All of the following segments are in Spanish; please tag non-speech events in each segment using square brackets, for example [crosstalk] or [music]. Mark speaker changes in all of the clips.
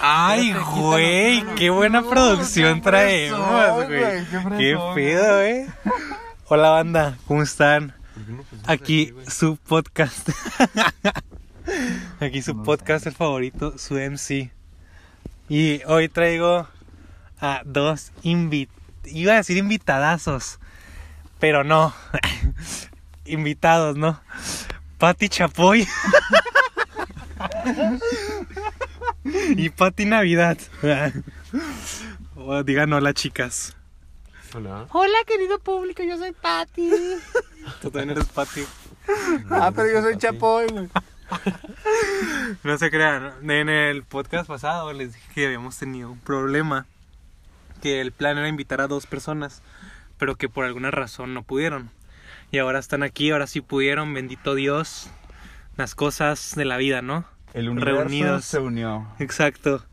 Speaker 1: Ay, güey, qué buena producción traemos, güey. Qué pedo, eh. Hola, banda, ¿cómo están? Aquí su podcast. [laughs] Aquí su podcast el favorito, su MC. Y hoy traigo a dos invit... Iba a decir invitadazos, pero no. [laughs] Invitados, ¿no? Pati Chapoy y Pati Navidad. [laughs] O digan hola, chicas.
Speaker 2: Hola.
Speaker 3: Hola, querido público, yo soy Patty.
Speaker 1: Tú también eres Pati.
Speaker 3: Ah, pero yo soy Chapoy, güey.
Speaker 1: No se crean, en el podcast pasado les dije que habíamos tenido un problema. Que el plan era invitar a dos personas, pero que por alguna razón no pudieron. Y ahora están aquí, ahora sí pudieron, bendito Dios. Las cosas de la vida, ¿no?
Speaker 2: El universo
Speaker 1: Reunidos.
Speaker 2: se unió.
Speaker 1: Exacto.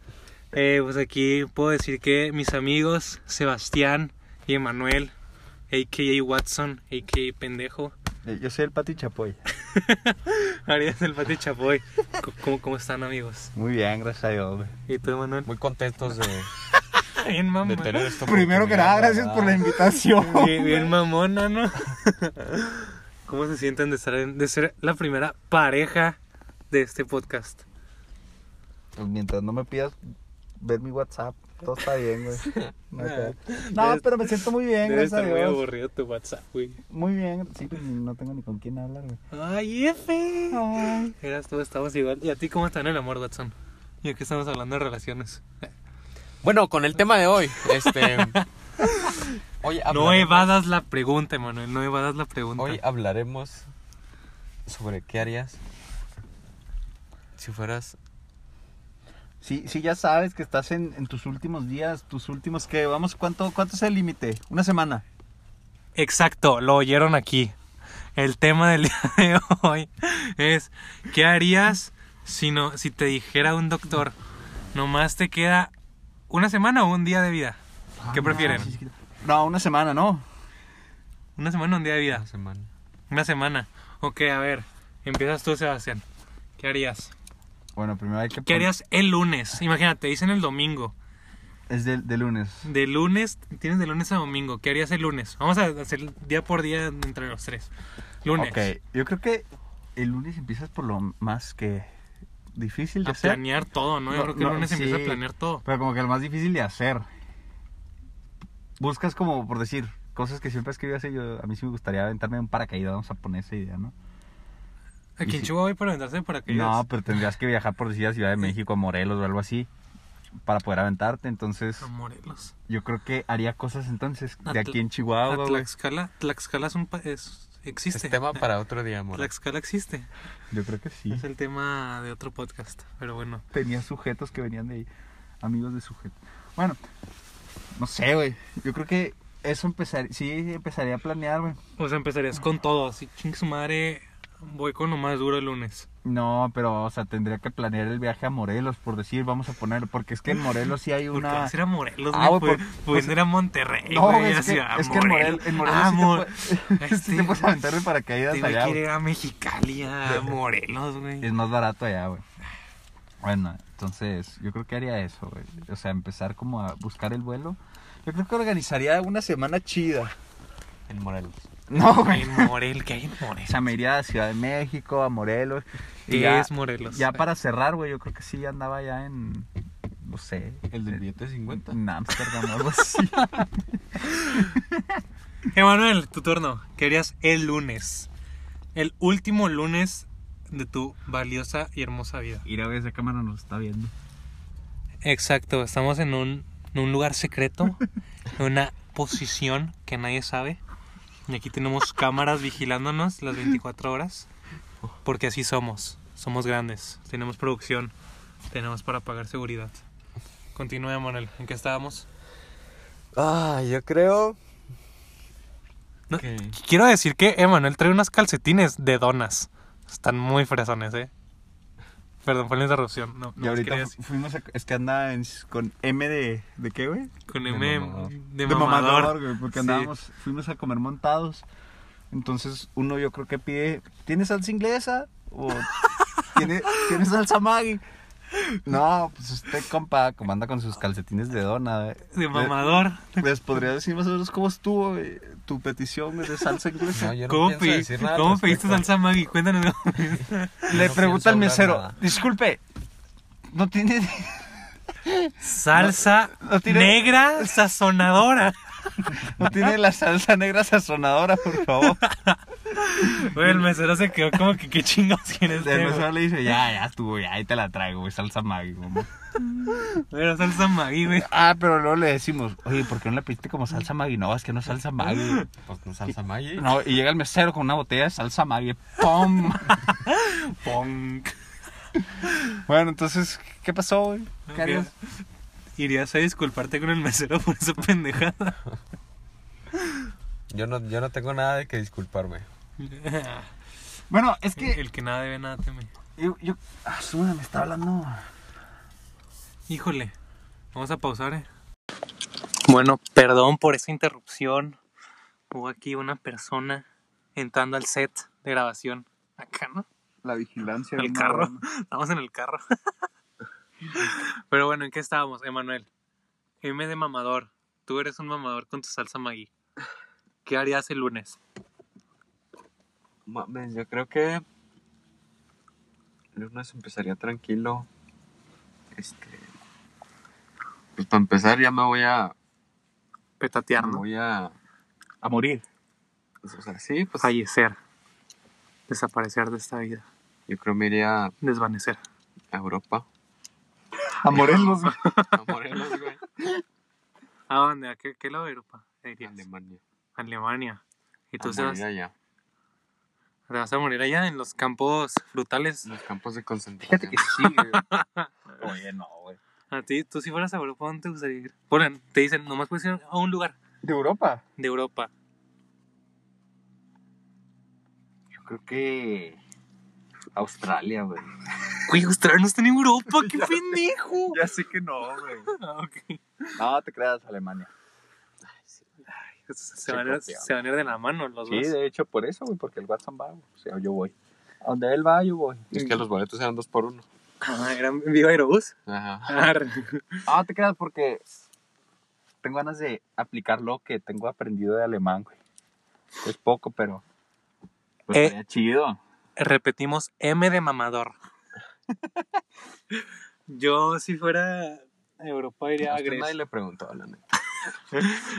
Speaker 1: Eh, pues aquí puedo decir que mis amigos Sebastián y Emanuel, a.k.a. Watson, a.k.a. Pendejo, [laughs]
Speaker 2: Eh, Yo soy el Pati Chapoy.
Speaker 1: Arias del Pati Chapoy. C- ¿Cómo, ¿Cómo están, amigos?
Speaker 2: Muy bien, gracias a Dios. güey.
Speaker 1: ¿Y tú, Emanuel?
Speaker 4: muy contentos de,
Speaker 1: [laughs] Bien mamón.
Speaker 4: de tener esto.
Speaker 3: [laughs] Primero que nada, gracias por la
Speaker 2: [laughs]
Speaker 3: invitación.
Speaker 1: [laughs] Bien, bien mamona, ¿no? [laughs] ¿Cómo se sienten de, estar en- de ser la primera pareja de este podcast?
Speaker 2: Pues mientras no me pidas ver mi WhatsApp, todo está bien, güey. No, hay pedo.
Speaker 3: [laughs] No,
Speaker 1: Debes-
Speaker 3: pero me siento muy bien,
Speaker 1: Debe
Speaker 3: gracias a
Speaker 1: estar muy
Speaker 3: Dios.
Speaker 1: aburrido tu WhatsApp, güey.
Speaker 2: Muy bien, sí, pues no tengo ni con quién hablar, güey.
Speaker 1: ¡Ay, F!
Speaker 3: Ay,
Speaker 1: Eras tú, estamos igual. ¿Y a ti cómo está en el amor, Watson? Y aquí estamos hablando de relaciones.
Speaker 4: Bueno, con el tema de hoy,
Speaker 1: [laughs]
Speaker 4: este. hoy
Speaker 1: No
Speaker 4: hablaremos,
Speaker 1: evadas la pregunta, Emanuel, no evadas la pregunta.
Speaker 4: hoy hablaremos sobre qué harías si fueras.
Speaker 2: Sí, sí, ya sabes que estás en, en tus últimos días, tus últimos, ¿qué? Vamos, ¿cuánto, cuánto es el límite? Una semana.
Speaker 1: Exacto, lo oyeron aquí. El tema del [laughs] día de hoy es ¿qué harías si no si te dijera un doctor nomás te queda una semana o un día de vida?
Speaker 2: Ah,
Speaker 1: ¿Qué prefieren?
Speaker 2: No, una semana, ¿no?
Speaker 1: Una semana o un día de vida.
Speaker 4: una semana?
Speaker 1: Una semana. Ok, a ver, empiezas tú, Sebastián. ¿Qué harías?
Speaker 2: Bueno, primero hay que...
Speaker 1: ¿Qué harías el lunes? Imagínate, dicen el domingo.
Speaker 2: Es de, de lunes.
Speaker 1: De lunes, tienes de lunes a domingo. ¿Qué harías el lunes? Vamos a hacer día por día entre los tres. Lunes.
Speaker 2: Ok, yo creo que el lunes empiezas por lo más que difícil de
Speaker 1: A
Speaker 2: hacer.
Speaker 1: planear todo, ¿no? Yo
Speaker 2: No,
Speaker 1: creo que
Speaker 2: no,
Speaker 1: el lunes empieza
Speaker 2: sí.
Speaker 1: a planear todo.
Speaker 2: Pero como que lo más difícil de hacer. Buscas como, por decir, cosas que siempre escribí así. Yo, a mí sí me gustaría aventarme un paracaídas. Vamos a poner esa idea, ¿no?
Speaker 1: Aquí en
Speaker 2: sí.
Speaker 1: Chihuahua hay para aventarse para que
Speaker 2: No, pero tendrías que viajar, por decir, a Ciudad de México, a Morelos o algo así. Para poder aventarte. Entonces,
Speaker 1: A "Ah, Morelos.
Speaker 2: yo creo que haría cosas entonces.
Speaker 1: A
Speaker 2: De
Speaker 1: Tla-
Speaker 2: aquí en
Speaker 1: A
Speaker 2: Chihuahua, ah, güey.
Speaker 1: Tlaxcala. Tlaxcala es un pa- es- existe.
Speaker 4: Es tema para otro día, amor.
Speaker 1: Tlaxcala existe.
Speaker 2: Yo creo que sí.
Speaker 1: Es el tema de otro podcast. Pero bueno.
Speaker 2: Tenía sujetos que venían de ahí. Amigos de sujetos. Bueno, no sé, güey. Yo creo que eso empezaría. Sí, empezaría a planear, güey.
Speaker 1: O sea, empezarías con todo. Así, ching su madre. Voy con lo más duro el lunes.
Speaker 2: No, pero, o sea, tendría que planear el viaje a Morelos, por decir, vamos a poner, porque es que en Morelos
Speaker 1: [laughs]
Speaker 2: sí hay
Speaker 1: Porque
Speaker 2: una...
Speaker 1: vas a ir a Morelos,
Speaker 2: Ah,
Speaker 1: güey.
Speaker 2: güey,
Speaker 1: Pudiendo
Speaker 2: por-
Speaker 1: pudiendo ir a Monterrey,
Speaker 2: No,
Speaker 1: güey,
Speaker 2: güey, es
Speaker 1: así,
Speaker 2: que,
Speaker 1: a
Speaker 2: es que en Morel- en Morelos
Speaker 1: Ah,
Speaker 2: sí,
Speaker 1: Mor-
Speaker 2: te puede- [laughs] sí te
Speaker 1: Este-
Speaker 2: puedes aventar de paracaídas
Speaker 1: Tengo
Speaker 2: allá,
Speaker 1: que ir
Speaker 2: güey.
Speaker 1: a Mexicali, a Morelos,
Speaker 2: Es
Speaker 1: [laughs] güey.
Speaker 2: más barato allá, güey. Bueno, entonces, yo creo que haría eso, güey. O sea, empezar como a buscar el vuelo. Yo creo que organizaría una semana chida.
Speaker 4: En Morelos.
Speaker 2: No,
Speaker 1: Ay,
Speaker 2: güey.
Speaker 1: En Morel, ¿qué hay en
Speaker 2: O
Speaker 1: Morelos?
Speaker 2: sea, me iría a Ciudad de México, a Morelos. y
Speaker 1: ¿Qué
Speaker 2: ya-
Speaker 1: es Morelos?
Speaker 2: Ya para cerrar, güey, yo creo que sí andaba ya en... No sé.
Speaker 4: ¿El del billete de 50?
Speaker 2: En Ámsterdam o algo [laughs] así.
Speaker 1: Emanuel, tu turno. Querías el lunes. El último lunes de tu valiosa y hermosa vida.
Speaker 2: Ir a ver esa cámara nos está viendo.
Speaker 1: Exacto, estamos en un, en un lugar secreto, en una posición que nadie sabe. Y aquí tenemos cámaras vigilándonos las 24 horas. Porque así somos. Somos grandes. Tenemos producción. Tenemos para pagar seguridad. Continúa, Emanuel. ¿En qué estábamos?
Speaker 4: Ah, yo creo.
Speaker 1: No.
Speaker 4: Que...
Speaker 1: Quiero decir que Emanuel trae unos calcetines de donas. Están muy fresones, eh. Perdón por la interrupción. No,
Speaker 2: Y
Speaker 1: no
Speaker 2: ahorita
Speaker 1: quería
Speaker 2: fu-
Speaker 1: decir.
Speaker 2: fuimos a- Es que andaba en- con M de... ¿De qué, güey?
Speaker 1: con
Speaker 4: de
Speaker 1: M de,
Speaker 4: mamador.
Speaker 1: mamador.
Speaker 2: güey. Porque
Speaker 1: Sí.
Speaker 2: andábamos... Fuimos a comer montados. Entonces, uno yo [laughs] creo que pide... ¿Tiene salsa inglesa? O... ¿Tiene, ¿tiene salsa Maggi? No, pues usted, compa, como anda con sus calcetines de dona, güey.
Speaker 1: De mamador.
Speaker 2: Le- ¿Les podría decir más o menos cómo estuvo güey, tu petición güey, de salsa inglesa?
Speaker 5: No, yo no
Speaker 1: ¿Cómo,
Speaker 5: pienso
Speaker 1: pedí-
Speaker 5: decir nada al
Speaker 1: cómo pediste
Speaker 5: respecto.
Speaker 1: salsa Maggi?
Speaker 5: [laughs]
Speaker 1: Cuéntanos.
Speaker 2: Le
Speaker 5: no pienso
Speaker 2: pregunta al
Speaker 5: hablar
Speaker 2: mesero,
Speaker 5: nada.
Speaker 2: disculpe, ¿no tiene, [laughs]
Speaker 1: Salsa
Speaker 2: No tiene-
Speaker 1: negra
Speaker 5: [laughs]
Speaker 1: sazonadora.
Speaker 2: no tiene la salsa negra sazonadora, por favor?
Speaker 1: Güey, el mesero se quedó como que qué chingados este tienes.
Speaker 2: El mesero le dice, ya, ya estuvo, ya, ahí te la traigo, güey, salsa Maggi. mamá".
Speaker 1: Era salsa Maggi, güey.
Speaker 2: Ah, pero luego le decimos, oye, ¿por qué no la pediste como salsa Maggi? No, es que no es salsa [laughs] Maggi.
Speaker 5: Pues con salsa Maggi.
Speaker 2: No, y llega el mesero con una botella de salsa Maggi, [laughs] ¡pum!
Speaker 1: Pong.
Speaker 2: Bueno, entonces, ¿qué pasó, güey? ¿Qué harías?
Speaker 1: Irías a disculparte con el mesero por esa pendejada.
Speaker 5: [laughs] Yo no, yo no tengo nada de que disculparme.
Speaker 2: Bueno, es que
Speaker 1: El que nada debe, nada teme.
Speaker 2: yo, yo ah, su madre, me está hablando.
Speaker 1: Híjole, vamos a pausar, eh. Bueno, perdón por esa interrupción. Hubo aquí una persona entrando al set de grabación. Acá, ¿no?
Speaker 2: La vigilancia.
Speaker 1: El carro. [laughs] Estamos en el carro. Pero bueno, ¿en qué estábamos, Emanuel? M de mamador. Tú eres un mamador con tu salsa Maggi. ¿Qué harías el lunes?
Speaker 5: Mames, yo creo que el lunes empezaría tranquilo. Este. Pues para empezar ya me voy a.
Speaker 1: Petatear,
Speaker 5: Me voy a.
Speaker 1: A morir.
Speaker 5: O sea, sí, pues.
Speaker 1: Fallecer. Desaparecer de esta vida.
Speaker 5: Yo creo me iría a
Speaker 1: Desvanecer.
Speaker 5: Europa.
Speaker 2: A Morelos, güey.
Speaker 5: [laughs] A Morelos, güey.
Speaker 1: ¿A dónde? ¿A qué, qué lado de Europa?
Speaker 5: A
Speaker 1: irías?
Speaker 5: Alemania.
Speaker 1: Alemania. Y tú
Speaker 5: A
Speaker 1: te vas,
Speaker 5: morir allá.
Speaker 1: te vas a morir allá en los campos frutales.
Speaker 5: Los campos de
Speaker 2: Fíjate
Speaker 5: concentración.
Speaker 2: que sí, güey. [laughs] Oye, no, güey.
Speaker 1: A ti, tú si fueras a Europa, ¿dónde te gustaría ir? Bueno, te dicen, nomás puedes ir a un lugar
Speaker 2: ¿De Europa?
Speaker 1: de Europa.
Speaker 2: Yo creo que. Australia, güey.
Speaker 1: Güey, Australia no está en Europa, qué
Speaker 5: [laughs]
Speaker 1: pendejo.
Speaker 2: Ya sé que no, güey.
Speaker 1: Ah, ok.
Speaker 2: No, te creas, Alemania.
Speaker 1: Se van, a, ir- se van a ir de la mano los
Speaker 2: Sí,
Speaker 1: dos.
Speaker 2: de hecho, por eso, güey, porque el WhatsApp va, güey. O sea, yo voy. A donde él va, yo voy.
Speaker 5: Es que los boletos eran dos por uno.
Speaker 1: Ah, eran viva Aerobús. Ah,
Speaker 5: Ajá.
Speaker 1: Arre.
Speaker 2: No, Ah, te creas porque. Tengo ganas de aplicar lo que tengo aprendido de alemán, güey. Es poco, pero. Pues
Speaker 1: Eh.
Speaker 2: estaría chido.
Speaker 1: Repetimos, M de mamador. [laughs] Yo si fuera a Europa iría
Speaker 5: A
Speaker 1: a
Speaker 5: usted
Speaker 1: Grecia.
Speaker 5: nadie le preguntó, la neta.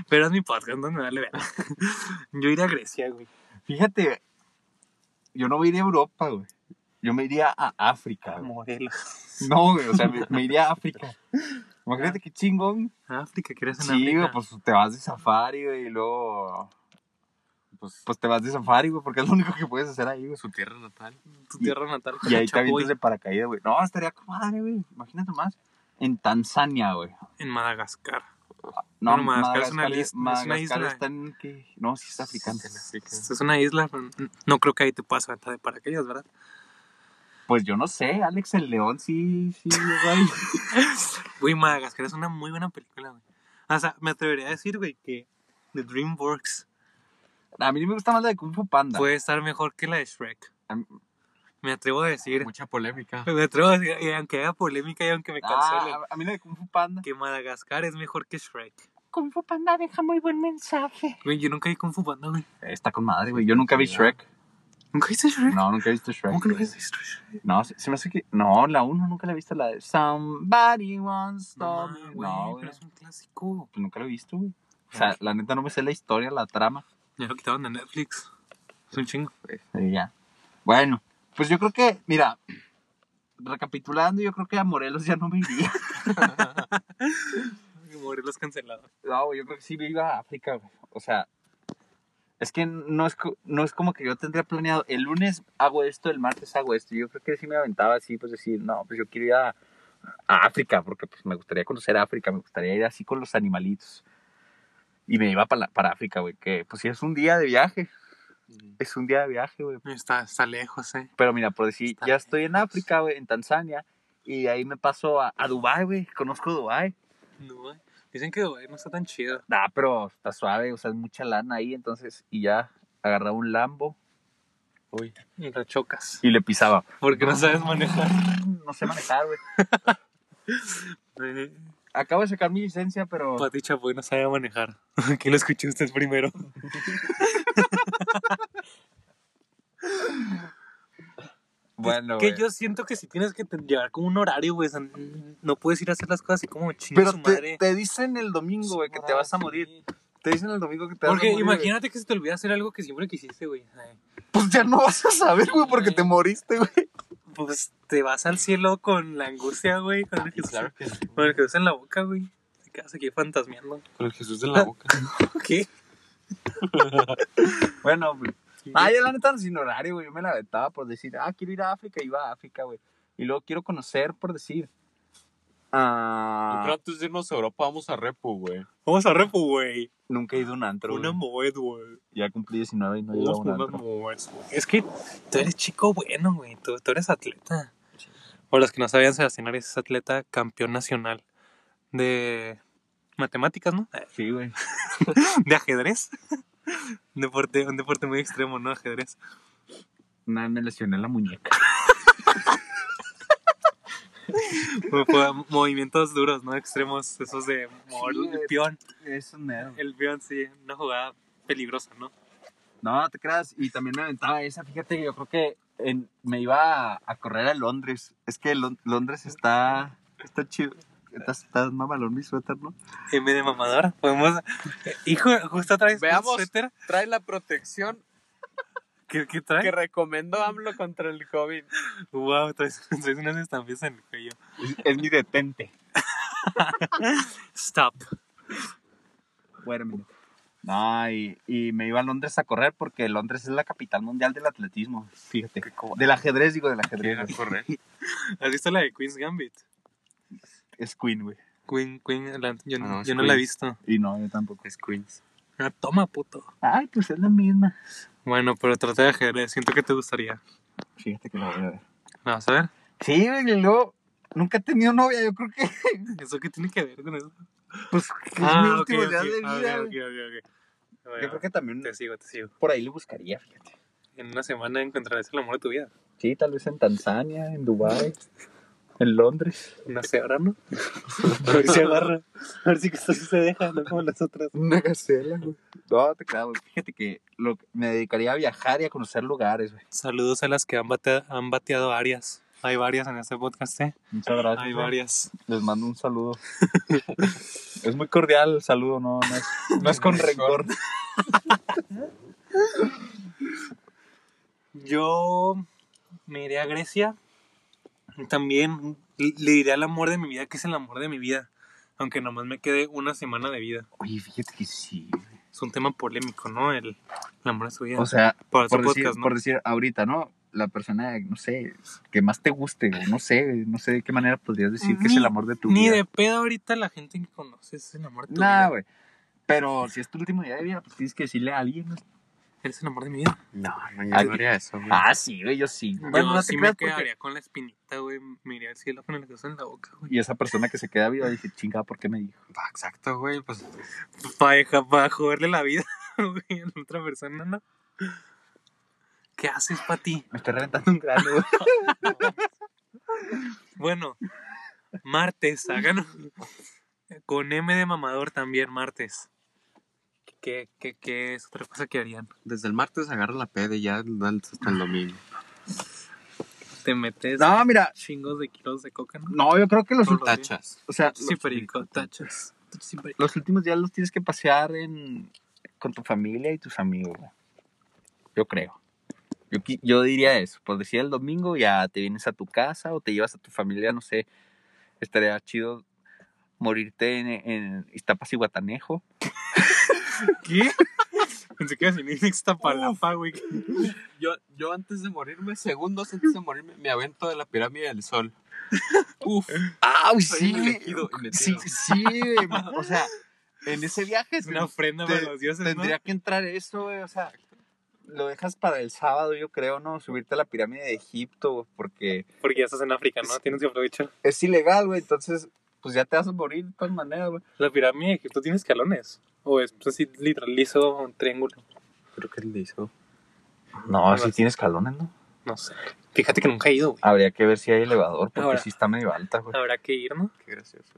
Speaker 1: Pero es mi podcast, no me vale ver. [laughs] Yo iría a Grecia, güey.
Speaker 2: Fíjate, yo no me iría a Europa, güey. Yo me iría a África, güey.
Speaker 1: Morelos.
Speaker 2: No, güey, o sea, me, me iría a África. Imagínate qué chingón.
Speaker 1: África, ¿quieres en
Speaker 2: Sí, güey,
Speaker 1: África?
Speaker 2: pues te vas de safari, güey, y luego. Pues, pues te vas de safari, güey, porque es lo único que puedes hacer ahí, güey.
Speaker 5: Su tierra natal.
Speaker 1: tu tierra natal.
Speaker 2: pues, Y ahí te
Speaker 1: Chapoy,
Speaker 2: avientas de paracaídas, güey. No, estaría con madre, güey. Imagínate más. En Tanzania, güey.
Speaker 1: En Madagascar.
Speaker 2: No,
Speaker 1: Bueno, Madagascar es una lis- es una
Speaker 2: Madagascar
Speaker 1: isla.
Speaker 2: está en que. No, sí está africano.
Speaker 1: Esto es una isla, pero no creo que ahí te puedas aventar de paracaídas, ¿verdad?
Speaker 2: Pues yo no sé, Alex el León, sí, sí, güey.
Speaker 1: Güey, Madagascar es una muy buena película, güey. O sea, me atrevería a decir, güey, que The DreamWorks
Speaker 2: A mí me gusta más la de Kung Fu Panda.
Speaker 1: puede estar mejor que la de Shrek.
Speaker 2: Am-
Speaker 1: Me atrevo a decir,
Speaker 5: Mucha polémica.
Speaker 1: [laughs] me atrevo a decir, y aunque haya polémica y aunque me cancelen,
Speaker 2: Ah, a a mí la de Kung Fu Panda.
Speaker 1: que Madagascar es mejor que Shrek.
Speaker 3: Kung Fu Panda deja muy buen mensaje.
Speaker 1: Güey, yo nunca vi Kung Fu Panda, güey.
Speaker 2: Está con madre, güey. Yo nunca vi
Speaker 5: Sí,
Speaker 2: Shrek.
Speaker 1: ¿Nunca viste Shrek?
Speaker 2: No, nunca he visto Shrek.
Speaker 1: ¿Cómo que nunca
Speaker 2: güey.
Speaker 1: viste Shrek?
Speaker 2: No, se, se me hace que. No, la 1 nunca la he visto, la de Somebody Once
Speaker 1: No,
Speaker 2: Stop.
Speaker 1: mames, güey,
Speaker 2: No, güey.
Speaker 1: pero es un clásico.
Speaker 2: Pues nunca la he visto, güey. O sea, la neta no me sé la historia, la trama.
Speaker 1: Ya lo quitaron de Netflix. Es un chingo.
Speaker 2: Y ya. Bueno, pues yo creo que, mira, recapitulando, yo creo que a Morelos ya no me iría.
Speaker 1: Morelos cancelado.
Speaker 2: No, güey, yo creo que sí me iba a África, güey. O sea, es que no es, co- no es como que yo tendría planeado, el lunes hago esto, el martes hago esto. Yo creo que sí me aventaba así, pues decir, no, pues yo quiero ir a, a África, porque pues me gustaría conocer África, me gustaría ir así con los animalitos. Y me iba para, para África, güey, que pues sí es un día de viaje, es un día de viaje, güey.
Speaker 1: Está, está lejos, eh.
Speaker 2: Pero mira, por decir,
Speaker 1: Está
Speaker 2: ya
Speaker 1: bien.
Speaker 2: estoy en África, güey, en Tanzania, y de ahí me paso a, a Dubái, güey, conozco Dubái.
Speaker 1: Dubái. Dicen que Dubái no está tan chido.
Speaker 2: Nah, pero está suave, o sea, es mucha lana ahí, entonces, y ya agarraba un Lambo
Speaker 5: Uy.
Speaker 1: Y la chocas.
Speaker 2: Y le pisaba.
Speaker 1: Porque no sabes manejar. [laughs]
Speaker 2: No sé manejar, güey. Acabo de sacar mi licencia, pero.
Speaker 1: Pati Chapoy no sabe manejar. [laughs] Que lo escuché usted primero.
Speaker 2: Bueno,
Speaker 1: pues, que
Speaker 2: güey.
Speaker 1: yo siento que si tienes que te- llevar como un horario, güey. o sea, No puedes ir a hacer las cosas así como chingas su
Speaker 2: Pero
Speaker 1: madre.
Speaker 2: te, te dicen el domingo, güey, que te vas a morir. Ah, Te dicen el domingo que te vas a
Speaker 1: Porque
Speaker 2: morir. güey.
Speaker 1: imagínate que se te olvida hacer algo que siempre quisiste, güey. Ay,
Speaker 2: Pues ya no vas a saber, güey, porque te moriste, güey.
Speaker 1: Pues te vas al cielo con la angustia, güey. Con el Jesús,
Speaker 5: que sí.
Speaker 1: con el Jesús en la boca, güey. Te quedas aquí fantasmeando.
Speaker 5: Con el Jesús en la boca.
Speaker 1: ¿Qué?
Speaker 2: Bueno, güey. Ah, yo la neta sin horario, güey. Yo me la vetaba por decir, ah, quiero ir a África, iba a África, güey. Y luego quiero conocer por decir.
Speaker 5: Yo
Speaker 2: Ah,
Speaker 5: creo antes de irnos a Europa vamos a Repo, güey.
Speaker 1: Vamos a repo, güey.
Speaker 2: nunca he ido a un antro,
Speaker 1: Una pues,
Speaker 2: güey.
Speaker 1: moed, güey.
Speaker 2: Ya cumplí 19 y no he ido a un
Speaker 1: Una
Speaker 2: antro.
Speaker 1: moed. Es que tú eres chico bueno, güey. Tú, tú eres atleta. Por los que no sabían, Sebastián Arias es atleta campeón nacional de matemáticas, ¿no? [laughs]
Speaker 2: Sí, güey.
Speaker 1: De ajedrez. [laughs] Un deporte, un deporte muy extremo, ¿no? Ajedrez.
Speaker 2: Una vez me lesioné la muñeca.
Speaker 1: Mo- mo- Movimientos duros, ¿no? Extremos, esos de mover
Speaker 2: Sí,
Speaker 1: el peón.
Speaker 2: Eso no.
Speaker 1: El peón, sí, una jugada peligrosa, ¿no?
Speaker 2: No, te creas. Y también me aventaba esa. Fíjate que yo creo que en- me iba a, a correr a Londres. Es que Lon- Londres está, está chido. Está, está mamalón mi suéter, ¿no?
Speaker 1: M de mamadora. Podemos. eh, Hijo, justo otra vez.
Speaker 4: Veamos.
Speaker 1: Twitter,
Speaker 4: Trae la protección
Speaker 1: ¿Qué, qué trae?
Speaker 4: que
Speaker 5: ¿Eh?
Speaker 4: recomendó AMLO contra el COVID.
Speaker 1: Wow, traes, [laughs] traes unas estampillas en el cuello.
Speaker 2: Es, es mi detente.
Speaker 1: Stop.
Speaker 2: Bueno, mira. No, y, y me iba a Londres a correr porque Londres es la capital mundial del atletismo. Fíjate. Del ajedrez, digo, del ajedrez.
Speaker 5: Quiero
Speaker 2: güey.
Speaker 5: correr. [laughs]
Speaker 1: ¿Has visto la de Queen's Gambit?
Speaker 2: Es Queen, güey.
Speaker 1: Queen, Queen, la- yo, Ah, no,
Speaker 5: No, es
Speaker 1: yo no la he
Speaker 5: Queen.
Speaker 1: visto.
Speaker 2: Y no, yo tampoco.
Speaker 5: Es Queens.
Speaker 1: Ah, toma, puto.
Speaker 2: Ay, pues es la misma.
Speaker 1: Bueno, pero trata de ajedrez. Siento que te gustaría.
Speaker 2: Fíjate que la voy a ver.
Speaker 1: ¿La vas a ver?
Speaker 2: Sí, güey, y luego nunca he tenido novia. Yo creo que,
Speaker 1: ¿Eso qué tiene que ver con eso? Ah,
Speaker 2: pues, que es mi último día de vida. güey. Yo creo que también
Speaker 1: Te sigo, te sigo.
Speaker 2: por ahí le buscaría, fíjate.
Speaker 1: En una semana encontrarás el amor de tu vida.
Speaker 2: Sí, tal vez en Tanzania, en Dubái, en Londres.
Speaker 1: No sé, ahora no. [laughs] A ver si agarra. A ver si que esto sí se deja, no como las otras.
Speaker 2: Una gacela, güey. No, te creas, güey. Fíjate que lo, me dedicaría a viajar y a conocer lugares, güey.
Speaker 1: Saludos a las que han, batea- han bateado Arias. Hay varias en este podcast, ¿eh?
Speaker 2: Muchas gracias.
Speaker 1: Hay
Speaker 2: güey.
Speaker 1: varias.
Speaker 2: Les mando un [laughs] saludo. es muy cordial el saludo, no, no es, no es [laughs] con rencor.
Speaker 1: Yo me iré a Grecia. También le diré al amor de mi vida, que es el amor de mi vida. Aunque nomás me quede una semana de vida.
Speaker 2: Oye, fíjate que sí.
Speaker 1: Es un tema polémico, ¿no? El, el amor de su vida.
Speaker 2: O sea,
Speaker 1: Para otro
Speaker 2: por decir,
Speaker 1: podcast, ¿no?
Speaker 2: por decir ahorita, ¿no? La persona, no sé, que más te guste, güey, no sé, no sé de qué manera podrías decir que es
Speaker 1: Ni-
Speaker 2: el amor de tu
Speaker 1: Ni
Speaker 2: vida.
Speaker 1: de pedo ahorita la gente que conoces es el amor de tu
Speaker 2: Nah,
Speaker 1: vida.
Speaker 2: güey. Pero si es tu último día de vida, pues tienes que decirle a alguien. ¿no?
Speaker 1: Eres el amor de mi vida.
Speaker 5: No, no,
Speaker 2: Ah,
Speaker 5: yo no haría eso, güey.
Speaker 2: Ah, sí, güey, yo sí. Bueno,
Speaker 1: Yo
Speaker 2: no te
Speaker 1: sí me
Speaker 2: creas porque-
Speaker 1: quedaría con la espinita, güey. Me iría al cielo con el queso en la boca, güey.
Speaker 2: Y esa persona que se queda viva dice, chinga, ¿por qué me dijo?
Speaker 5: Ah, Exacto, güey. Pues
Speaker 1: Para dejar, para joderle la vida, [laughs] güey, a la otra persona, ¿no? ¿Qué haces, Pati?
Speaker 2: Me estoy reventando un grano, güey.
Speaker 1: Bueno, martes, hagan Con M de mamador también, martes. ¿Qué, qué, qué es otra cosa que harían?
Speaker 5: desde el martes agarra la peda y ya hasta el domingo.
Speaker 1: Te metes
Speaker 2: [laughs] No, mira.
Speaker 1: chingos de kilos de coca, ¿no?
Speaker 2: No, yo creo que los,
Speaker 1: Todo lo-
Speaker 5: Tachas.
Speaker 2: o sea,
Speaker 1: Sí, perico, tachas. Sí, perico.
Speaker 2: los últimos días los tienes que pasear en, con tu familia y tus amigos, güey. Yo creo. Yo, qui- yo diría eso. Por decir el domingo ya te vienes a tu casa o te llevas a tu familia, no sé. Estaría chido morirte en, en Iztapas y Guatanejo.
Speaker 1: ¿Qué? Pensé que ibas a venir esta palapa, güey.
Speaker 5: Yo, yo antes de morirme, segundos antes de morirme, me avento de la pirámide del [laughs] sol. Uf,
Speaker 2: ¡Ah,
Speaker 5: sí, elegido y
Speaker 2: Sí,
Speaker 5: metido.
Speaker 2: sí, güey.
Speaker 1: [laughs]
Speaker 2: O sea, en ese viaje
Speaker 1: Es una ofrenda
Speaker 2: Te-
Speaker 1: para los dioses, ¿no?
Speaker 2: Tendría que entrar eso, güey, o sea, lo dejas para el sábado, yo creo, ¿no? Subirte a la pirámide de Egipto, güey, porque
Speaker 1: Porque ya estás en África, ¿no? Tienes que aprovechar.
Speaker 2: es ilegal, güey, entonces, pues ya te vas a morir de todas maneras, güey.
Speaker 1: La pirámide de Egipto tiene escalones. O es pues, así, literal, liso un triángulo.
Speaker 5: creo que le hizo.
Speaker 2: No,
Speaker 1: Algo
Speaker 2: si
Speaker 1: así.
Speaker 2: tiene escalones, ¿no?
Speaker 1: No sé. Fíjate que nunca he ido, güey.
Speaker 2: Habría que ver si hay elevador, porque
Speaker 1: Ahora.
Speaker 2: sí está medio alta, güey.
Speaker 1: Habrá que ir, ¿no?
Speaker 5: Qué gracioso.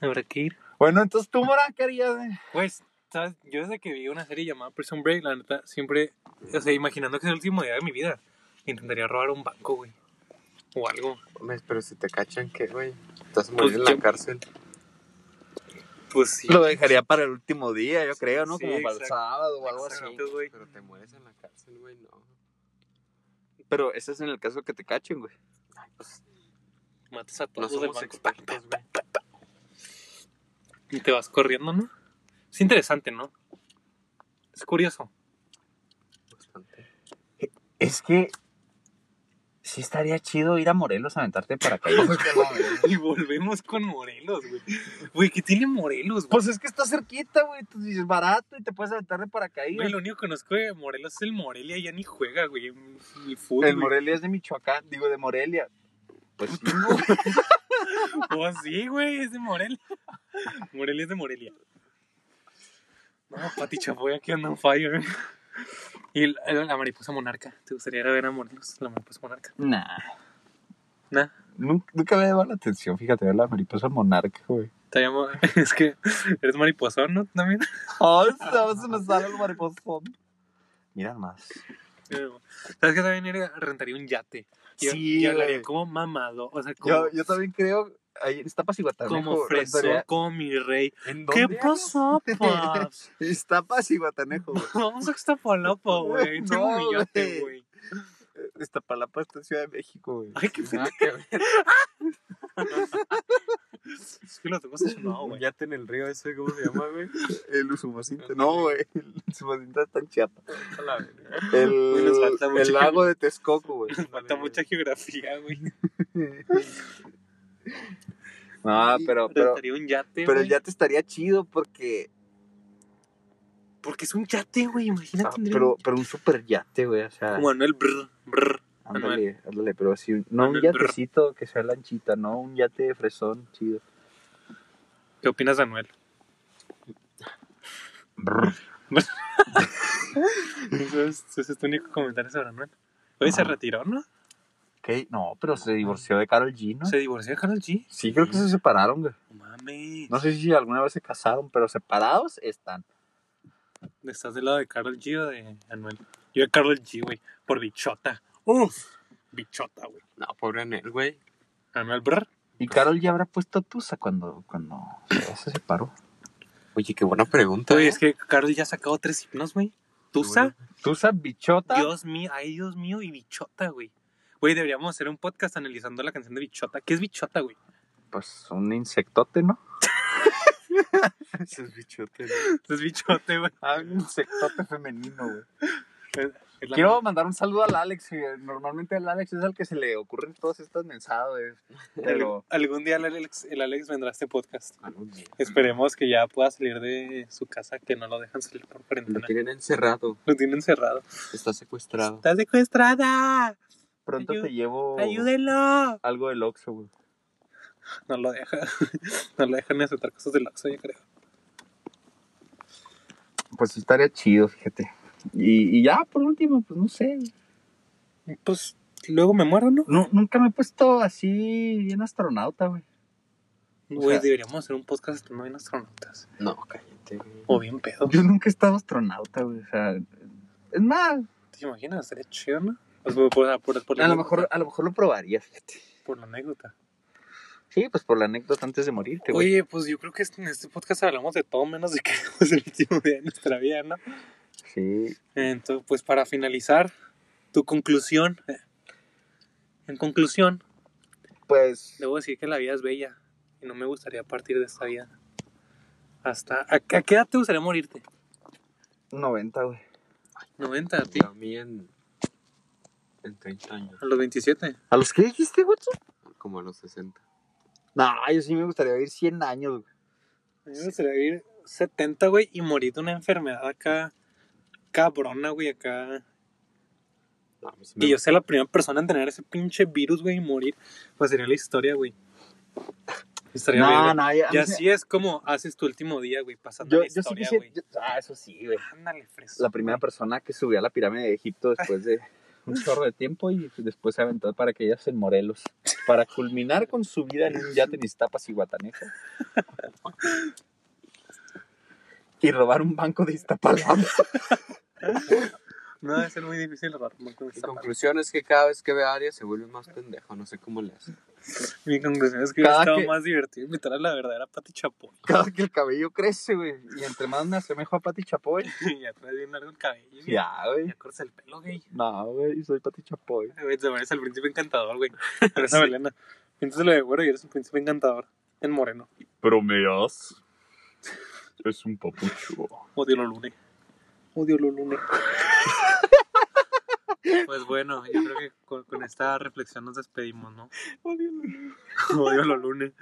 Speaker 1: Habrá que ir.
Speaker 2: Bueno, entonces tú, Mora, ¿qué harías? eh?
Speaker 1: Pues, ¿sabes? Yo desde que vi una serie llamada Prison Break, la neta, siempre, o sea, imaginando que es el último día de mi vida, intentaría robar un banco, güey. O algo.
Speaker 5: Mames, pero si te cachan, ¿qué, güey? Estás a morir en
Speaker 1: yo-
Speaker 5: la cárcel.
Speaker 1: Pues sí.
Speaker 2: Lo dejaría para el último día, yo creo, ¿no?
Speaker 1: Sí,
Speaker 2: Como para el
Speaker 1: exacto.
Speaker 2: sábado o algo así.
Speaker 1: Exacto, güey.
Speaker 5: Pero te mueres en la cárcel, güey, no.
Speaker 2: Pero ese es en el caso que te cachen, güey.
Speaker 1: Matas a
Speaker 5: No
Speaker 1: todos del
Speaker 5: somos
Speaker 1: banco
Speaker 5: expertos, güey.
Speaker 1: y te vas corriendo, ¿no? Es interesante, ¿no? Es curioso.
Speaker 5: Bastante.
Speaker 2: Es que sí estaría chido ir a Morelos a aventarte
Speaker 1: [laughs]
Speaker 2: para paracaídas.
Speaker 1: Y volvemos con Morelos, güey. Güey, ¿qué tiene Morelos, güey?
Speaker 2: pues es que está cerquita, güey. Entonces es barato y te puedes aventar de
Speaker 1: Güey,
Speaker 2: paracaídas.
Speaker 1: lo único que conozco de Morelos es el Morelia, ya ni juega, güey. Ni fútbol.
Speaker 2: El Morelia es de Michoacán, digo, de Morelia. Pues sí,
Speaker 1: Oh, sí, güey, es de Morelia. Morelia es de Morelia. No, Pati Chapoy aquí anda on fire. güey. Y la, la mariposa monarca. ¿Te gustaría ir a ver a Morelos? La mariposa monarca.
Speaker 2: Nah.
Speaker 1: Nah.
Speaker 2: Nunca, nunca me llamado la atención, fíjate, ver la mariposa monarca, güey.
Speaker 1: Te llamo- [laughs] Es que eres mariposón, ¿no? También.
Speaker 2: [laughs] Oh, se me sale el mariposón. Mira más.
Speaker 1: ¿Sabes que también iría- rentaría un yate? Yo,
Speaker 2: Sí,
Speaker 1: yo hablaría
Speaker 2: güey.
Speaker 1: como mamado. O sea, como,
Speaker 2: Yo, yo también creo, ahí está Pasihuatanejo.
Speaker 1: como fresón,
Speaker 2: rentaría-
Speaker 1: como mi rey.
Speaker 5: ¿En
Speaker 1: ¿Qué
Speaker 5: dónde?
Speaker 1: pasó, paps?
Speaker 2: Está Pasihuatanejo, güey.
Speaker 1: Vamos a Extapalapa,
Speaker 2: [laughs]
Speaker 1: güey.
Speaker 2: No,
Speaker 1: Tengo un yate,
Speaker 2: güey.
Speaker 1: güey.
Speaker 2: Iztapalapa está en Ciudad de México, güey.
Speaker 1: Ay, qué
Speaker 5: Nada que ver.
Speaker 1: Es que lo tengo estacionado,
Speaker 5: Un
Speaker 1: güey.
Speaker 5: yate en el río ese, ¿cómo se llama, güey?
Speaker 2: El Usumacinta. No, güey. [laughs] El Usumacinta está en Chiapas.
Speaker 5: A la verga.
Speaker 2: El,
Speaker 1: Güey, nos falta mucho
Speaker 2: el lago de Texcoco, güey.
Speaker 1: Falta mucha [laughs] geografía, güey.
Speaker 2: No, pero, pero,
Speaker 1: Rentaría un yate,
Speaker 2: pero
Speaker 1: güey.
Speaker 2: el yate estaría chido porque...
Speaker 1: Porque es un yate, güey. Imagínate.
Speaker 2: ah,
Speaker 1: tendría
Speaker 2: pero, pero un super yate, güey. O sea,
Speaker 1: un- Bueno, el brr, brr.
Speaker 2: ándale, ándale. Pero sí, no un
Speaker 1: Manuel, brr.
Speaker 2: yatecito que sea lanchita, no un yate de fresón chido.
Speaker 1: ¿Qué opinas, Anuel? Ese es, ese es tu único comentario sobre Anuel. Oye, se
Speaker 2: Ajá.
Speaker 1: retiró, ¿no?
Speaker 2: ¿Qué? No, pero se divorció de Carol G, ¿no?
Speaker 1: ¿Se divorció de Karol G?
Speaker 2: Sí, creo que se separaron, güey.
Speaker 1: No mames.
Speaker 2: No sé si alguna vez se casaron, pero separados están.
Speaker 1: ¿Estás del lado de Karol G o de Anuel? Yo de Karol G, güey. Por bichota. Uf. Bichota, güey.
Speaker 5: No, pobre Anel, güey.
Speaker 1: Anuel, brr.
Speaker 2: Y Carol ya habrá puesto tusa cuando, cuando se separó.
Speaker 5: Oye, qué buena pregunta.
Speaker 1: Güey,
Speaker 5: ¿eh?
Speaker 1: es que Karol ya ha sacado tres hipnos, güey. Tusa.
Speaker 5: bueno.
Speaker 2: Tusa bichota.
Speaker 1: Dios mío, ay Dios mío y Bichota, güey. Güey, deberíamos hacer un podcast analizando la canción de Bichota. ¿Qué es Bichota, güey? [laughs]
Speaker 2: Pues un insectote, [laughs] ¿no?
Speaker 5: Esos bichotes.
Speaker 1: Es Bichote, güey.
Speaker 2: Ah, un insectote femenino, güey.
Speaker 1: Es la-
Speaker 2: Quiero mandar un saludo al Alex. güey. Normalmente al Alex es al que se le ocurren todas estas mensajes. Pero.
Speaker 1: Algún día el Alex, el Alex vendrá a este podcast.
Speaker 5: Ah,
Speaker 2: algún día.
Speaker 1: Esperemos que ya pueda salir de su casa, que no lo dejan salir por
Speaker 5: Lo
Speaker 1: cuarentena.
Speaker 5: tienen encerrado.
Speaker 1: Lo tienen cerrado.
Speaker 5: Está secuestrado.
Speaker 1: ¡Está secuestrada!
Speaker 2: Pronto
Speaker 1: Ayú-
Speaker 2: te llevo
Speaker 1: ¡Ayúdenlo!
Speaker 2: algo del Oxxo, güey.
Speaker 1: No lo dejan. [laughs] No lo dejan ni aceptar cosas del Oxxo, yo creo.
Speaker 2: Pues sí, estaría chido, fíjate. Y, y ya, por último, pues no sé. güey.
Speaker 1: Pues luego me muero, ¿no?
Speaker 2: Nu- nunca me he puesto así bien astronauta, güey.
Speaker 1: Güey,
Speaker 2: sea-
Speaker 1: deberíamos hacer un podcast no en astronautas.
Speaker 5: No, cállate, güey.
Speaker 1: O bien pedo.
Speaker 2: Yo nunca he estado astronauta, güey. O sea, es más,
Speaker 1: ¿Te imaginas? Sería chido, ¿no? Pues, por, por- por- por la
Speaker 2: a lo
Speaker 1: anécdota,
Speaker 2: mejor, a lo mejor lo probaría, fíjate.
Speaker 1: Por la anécdota.
Speaker 2: Sí, pues por la anécdota antes de morirte, güey.
Speaker 1: Oye, pues yo creo que en este podcast hablamos de todo menos de que es el último día de nuestra vida, ¿no?
Speaker 2: Sí.
Speaker 1: Entonces, pues para finalizar, tu conclusión. eh, En conclusión,
Speaker 2: Pues,
Speaker 1: debo decir que la vida es bella y no me gustaría partir de esta vida. Hasta. ¿A, a qué edad te gustaría morirte?
Speaker 2: 90, güey.
Speaker 1: 90, a ti.
Speaker 5: Yo a mí en, en 30 años,
Speaker 1: A los 27.
Speaker 2: ¿A los que dijiste, güey?
Speaker 5: como a los 60.
Speaker 2: No, yo sí me gustaría vivir 100 años, güey.
Speaker 1: A mí me gustaría vivir 70, güey, y morir de una enfermedad acá. Cabrona, güey, acá.
Speaker 5: No, a mí sí me
Speaker 1: Que yo sea pues, la primera persona en tener ese pinche virus, güey, y morir. Pues sería la historia, güey. Estaría
Speaker 2: No,
Speaker 1: bien.
Speaker 2: no, ya.
Speaker 1: Y así es como haces tu último día, güey, pasando
Speaker 2: Yo,
Speaker 1: la
Speaker 2: yo sí
Speaker 1: historia,
Speaker 2: quisiera.
Speaker 1: güey.
Speaker 2: yo- ah, eso sí, güey.
Speaker 1: Ándale, fresco.
Speaker 2: La primera persona que subió a la pirámide de Egipto después de un chorro de tiempo y después se aventó para aquellas en Morelos. Para culminar con su vida en un yate en Iztapas y Guatanejo. Y robar un banco de Iztapalapa.
Speaker 1: No, debe ser muy difícil robar un banco de
Speaker 5: Mi
Speaker 1: Iztapalapa.
Speaker 5: conclusión es que cada vez que ve a Aries se vuelve más pendejo, no sé cómo le hace.
Speaker 1: Mi conclusión es que hubiera
Speaker 2: Cada
Speaker 1: estado
Speaker 2: que-
Speaker 1: más divertido invitar a la verdadera Pati Chapoy.
Speaker 2: [laughs]
Speaker 1: [laughs]
Speaker 2: Cada que el cabello crece, güey. Y entre más me asemejo a Pati Chapoy.
Speaker 1: ya traes bien largo el cabello. güey.
Speaker 2: [laughs] Ya, güey.
Speaker 1: Ya cortas el pelo, güey.
Speaker 2: No, güey, soy Pati Chapoy.
Speaker 1: Güey, Te parece al príncipe encantador,
Speaker 2: [laughs]
Speaker 1: güey. Pero esa Belena. Piénsaselo de güero y eres un príncipe encantador. En moreno.
Speaker 2: Bromeas. Es un papucho.
Speaker 1: Odio lo lunes. Odio lo lunes. [laughs] Pues bueno, yo creo que con, con esta reflexión nos despedimos, ¿no? [laughs] Odio lo lunes.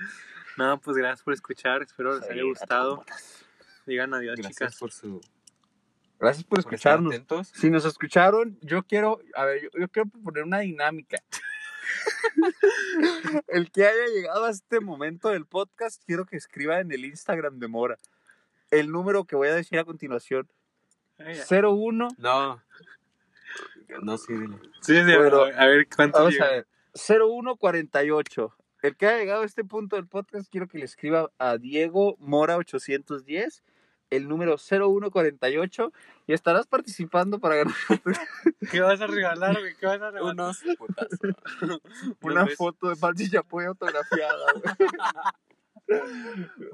Speaker 1: No, pues gracias por escuchar. Espero les haya gustado. Digan adiós,
Speaker 5: Gracias
Speaker 1: chicas.
Speaker 5: por su
Speaker 2: Gracias por
Speaker 5: por estar
Speaker 2: escucharnos.
Speaker 5: atentos.
Speaker 2: Si nos escucharon, yo quiero, a ver, yo, yo quiero proponer una dinámica. [laughs] El que haya llegado a este momento del podcast, quiero que escriba en el Instagram de Mora el número que voy a decir a continuación.
Speaker 1: Ay, ya.
Speaker 2: 01,
Speaker 5: No. No, sí, dile.
Speaker 1: Sí, sí,
Speaker 2: Bueno,
Speaker 1: a ver cuánto
Speaker 2: vamos a ver, 0148. El que haya llegado a este punto del podcast, quiero que le escriba a Diego Mora 810 el número 0148 y estarás participando para ganar
Speaker 1: ¿Qué vas a regalar, güey? ¿Qué vas a regalar?
Speaker 5: Unos putazos.
Speaker 2: una
Speaker 1: besos.
Speaker 2: foto de Pati Chapoy autografiada. güey.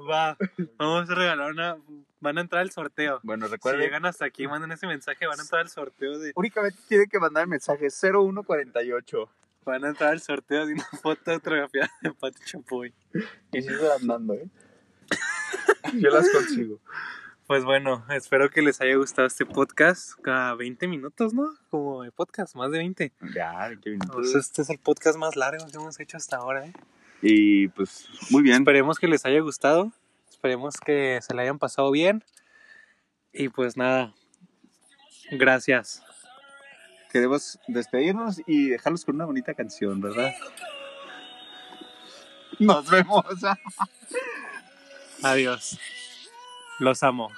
Speaker 1: Va, vamos a regalar una. Van a entrar al sorteo.
Speaker 2: Bueno,
Speaker 1: Si
Speaker 2: recuerden,
Speaker 1: llegan hasta aquí, manden ese mensaje, van a entrar al sorteo de.
Speaker 2: únicamente tienen que mandar el mensaje 0148.
Speaker 1: Van a entrar al sorteo de una foto autografiada de Pati Chapoy.
Speaker 2: Y sigo andando, ¿eh? [laughs] Yo las consigo.
Speaker 1: Pues bueno, espero que les haya gustado este podcast. Cada 20 minutos, ¿no? Como de podcast, más de 20.
Speaker 2: Ya, qué bien.
Speaker 1: Pues este es el podcast más largo que hemos hecho hasta ahora, ¿eh?
Speaker 2: Y pues, muy bien.
Speaker 1: Esperemos que les haya gustado. Esperemos que se la hayan pasado bien. Y pues nada. Gracias.
Speaker 2: Queremos despedirnos y dejarlos con una bonita canción, ¿verdad? Nos vemos.
Speaker 1: Adiós. Los amo.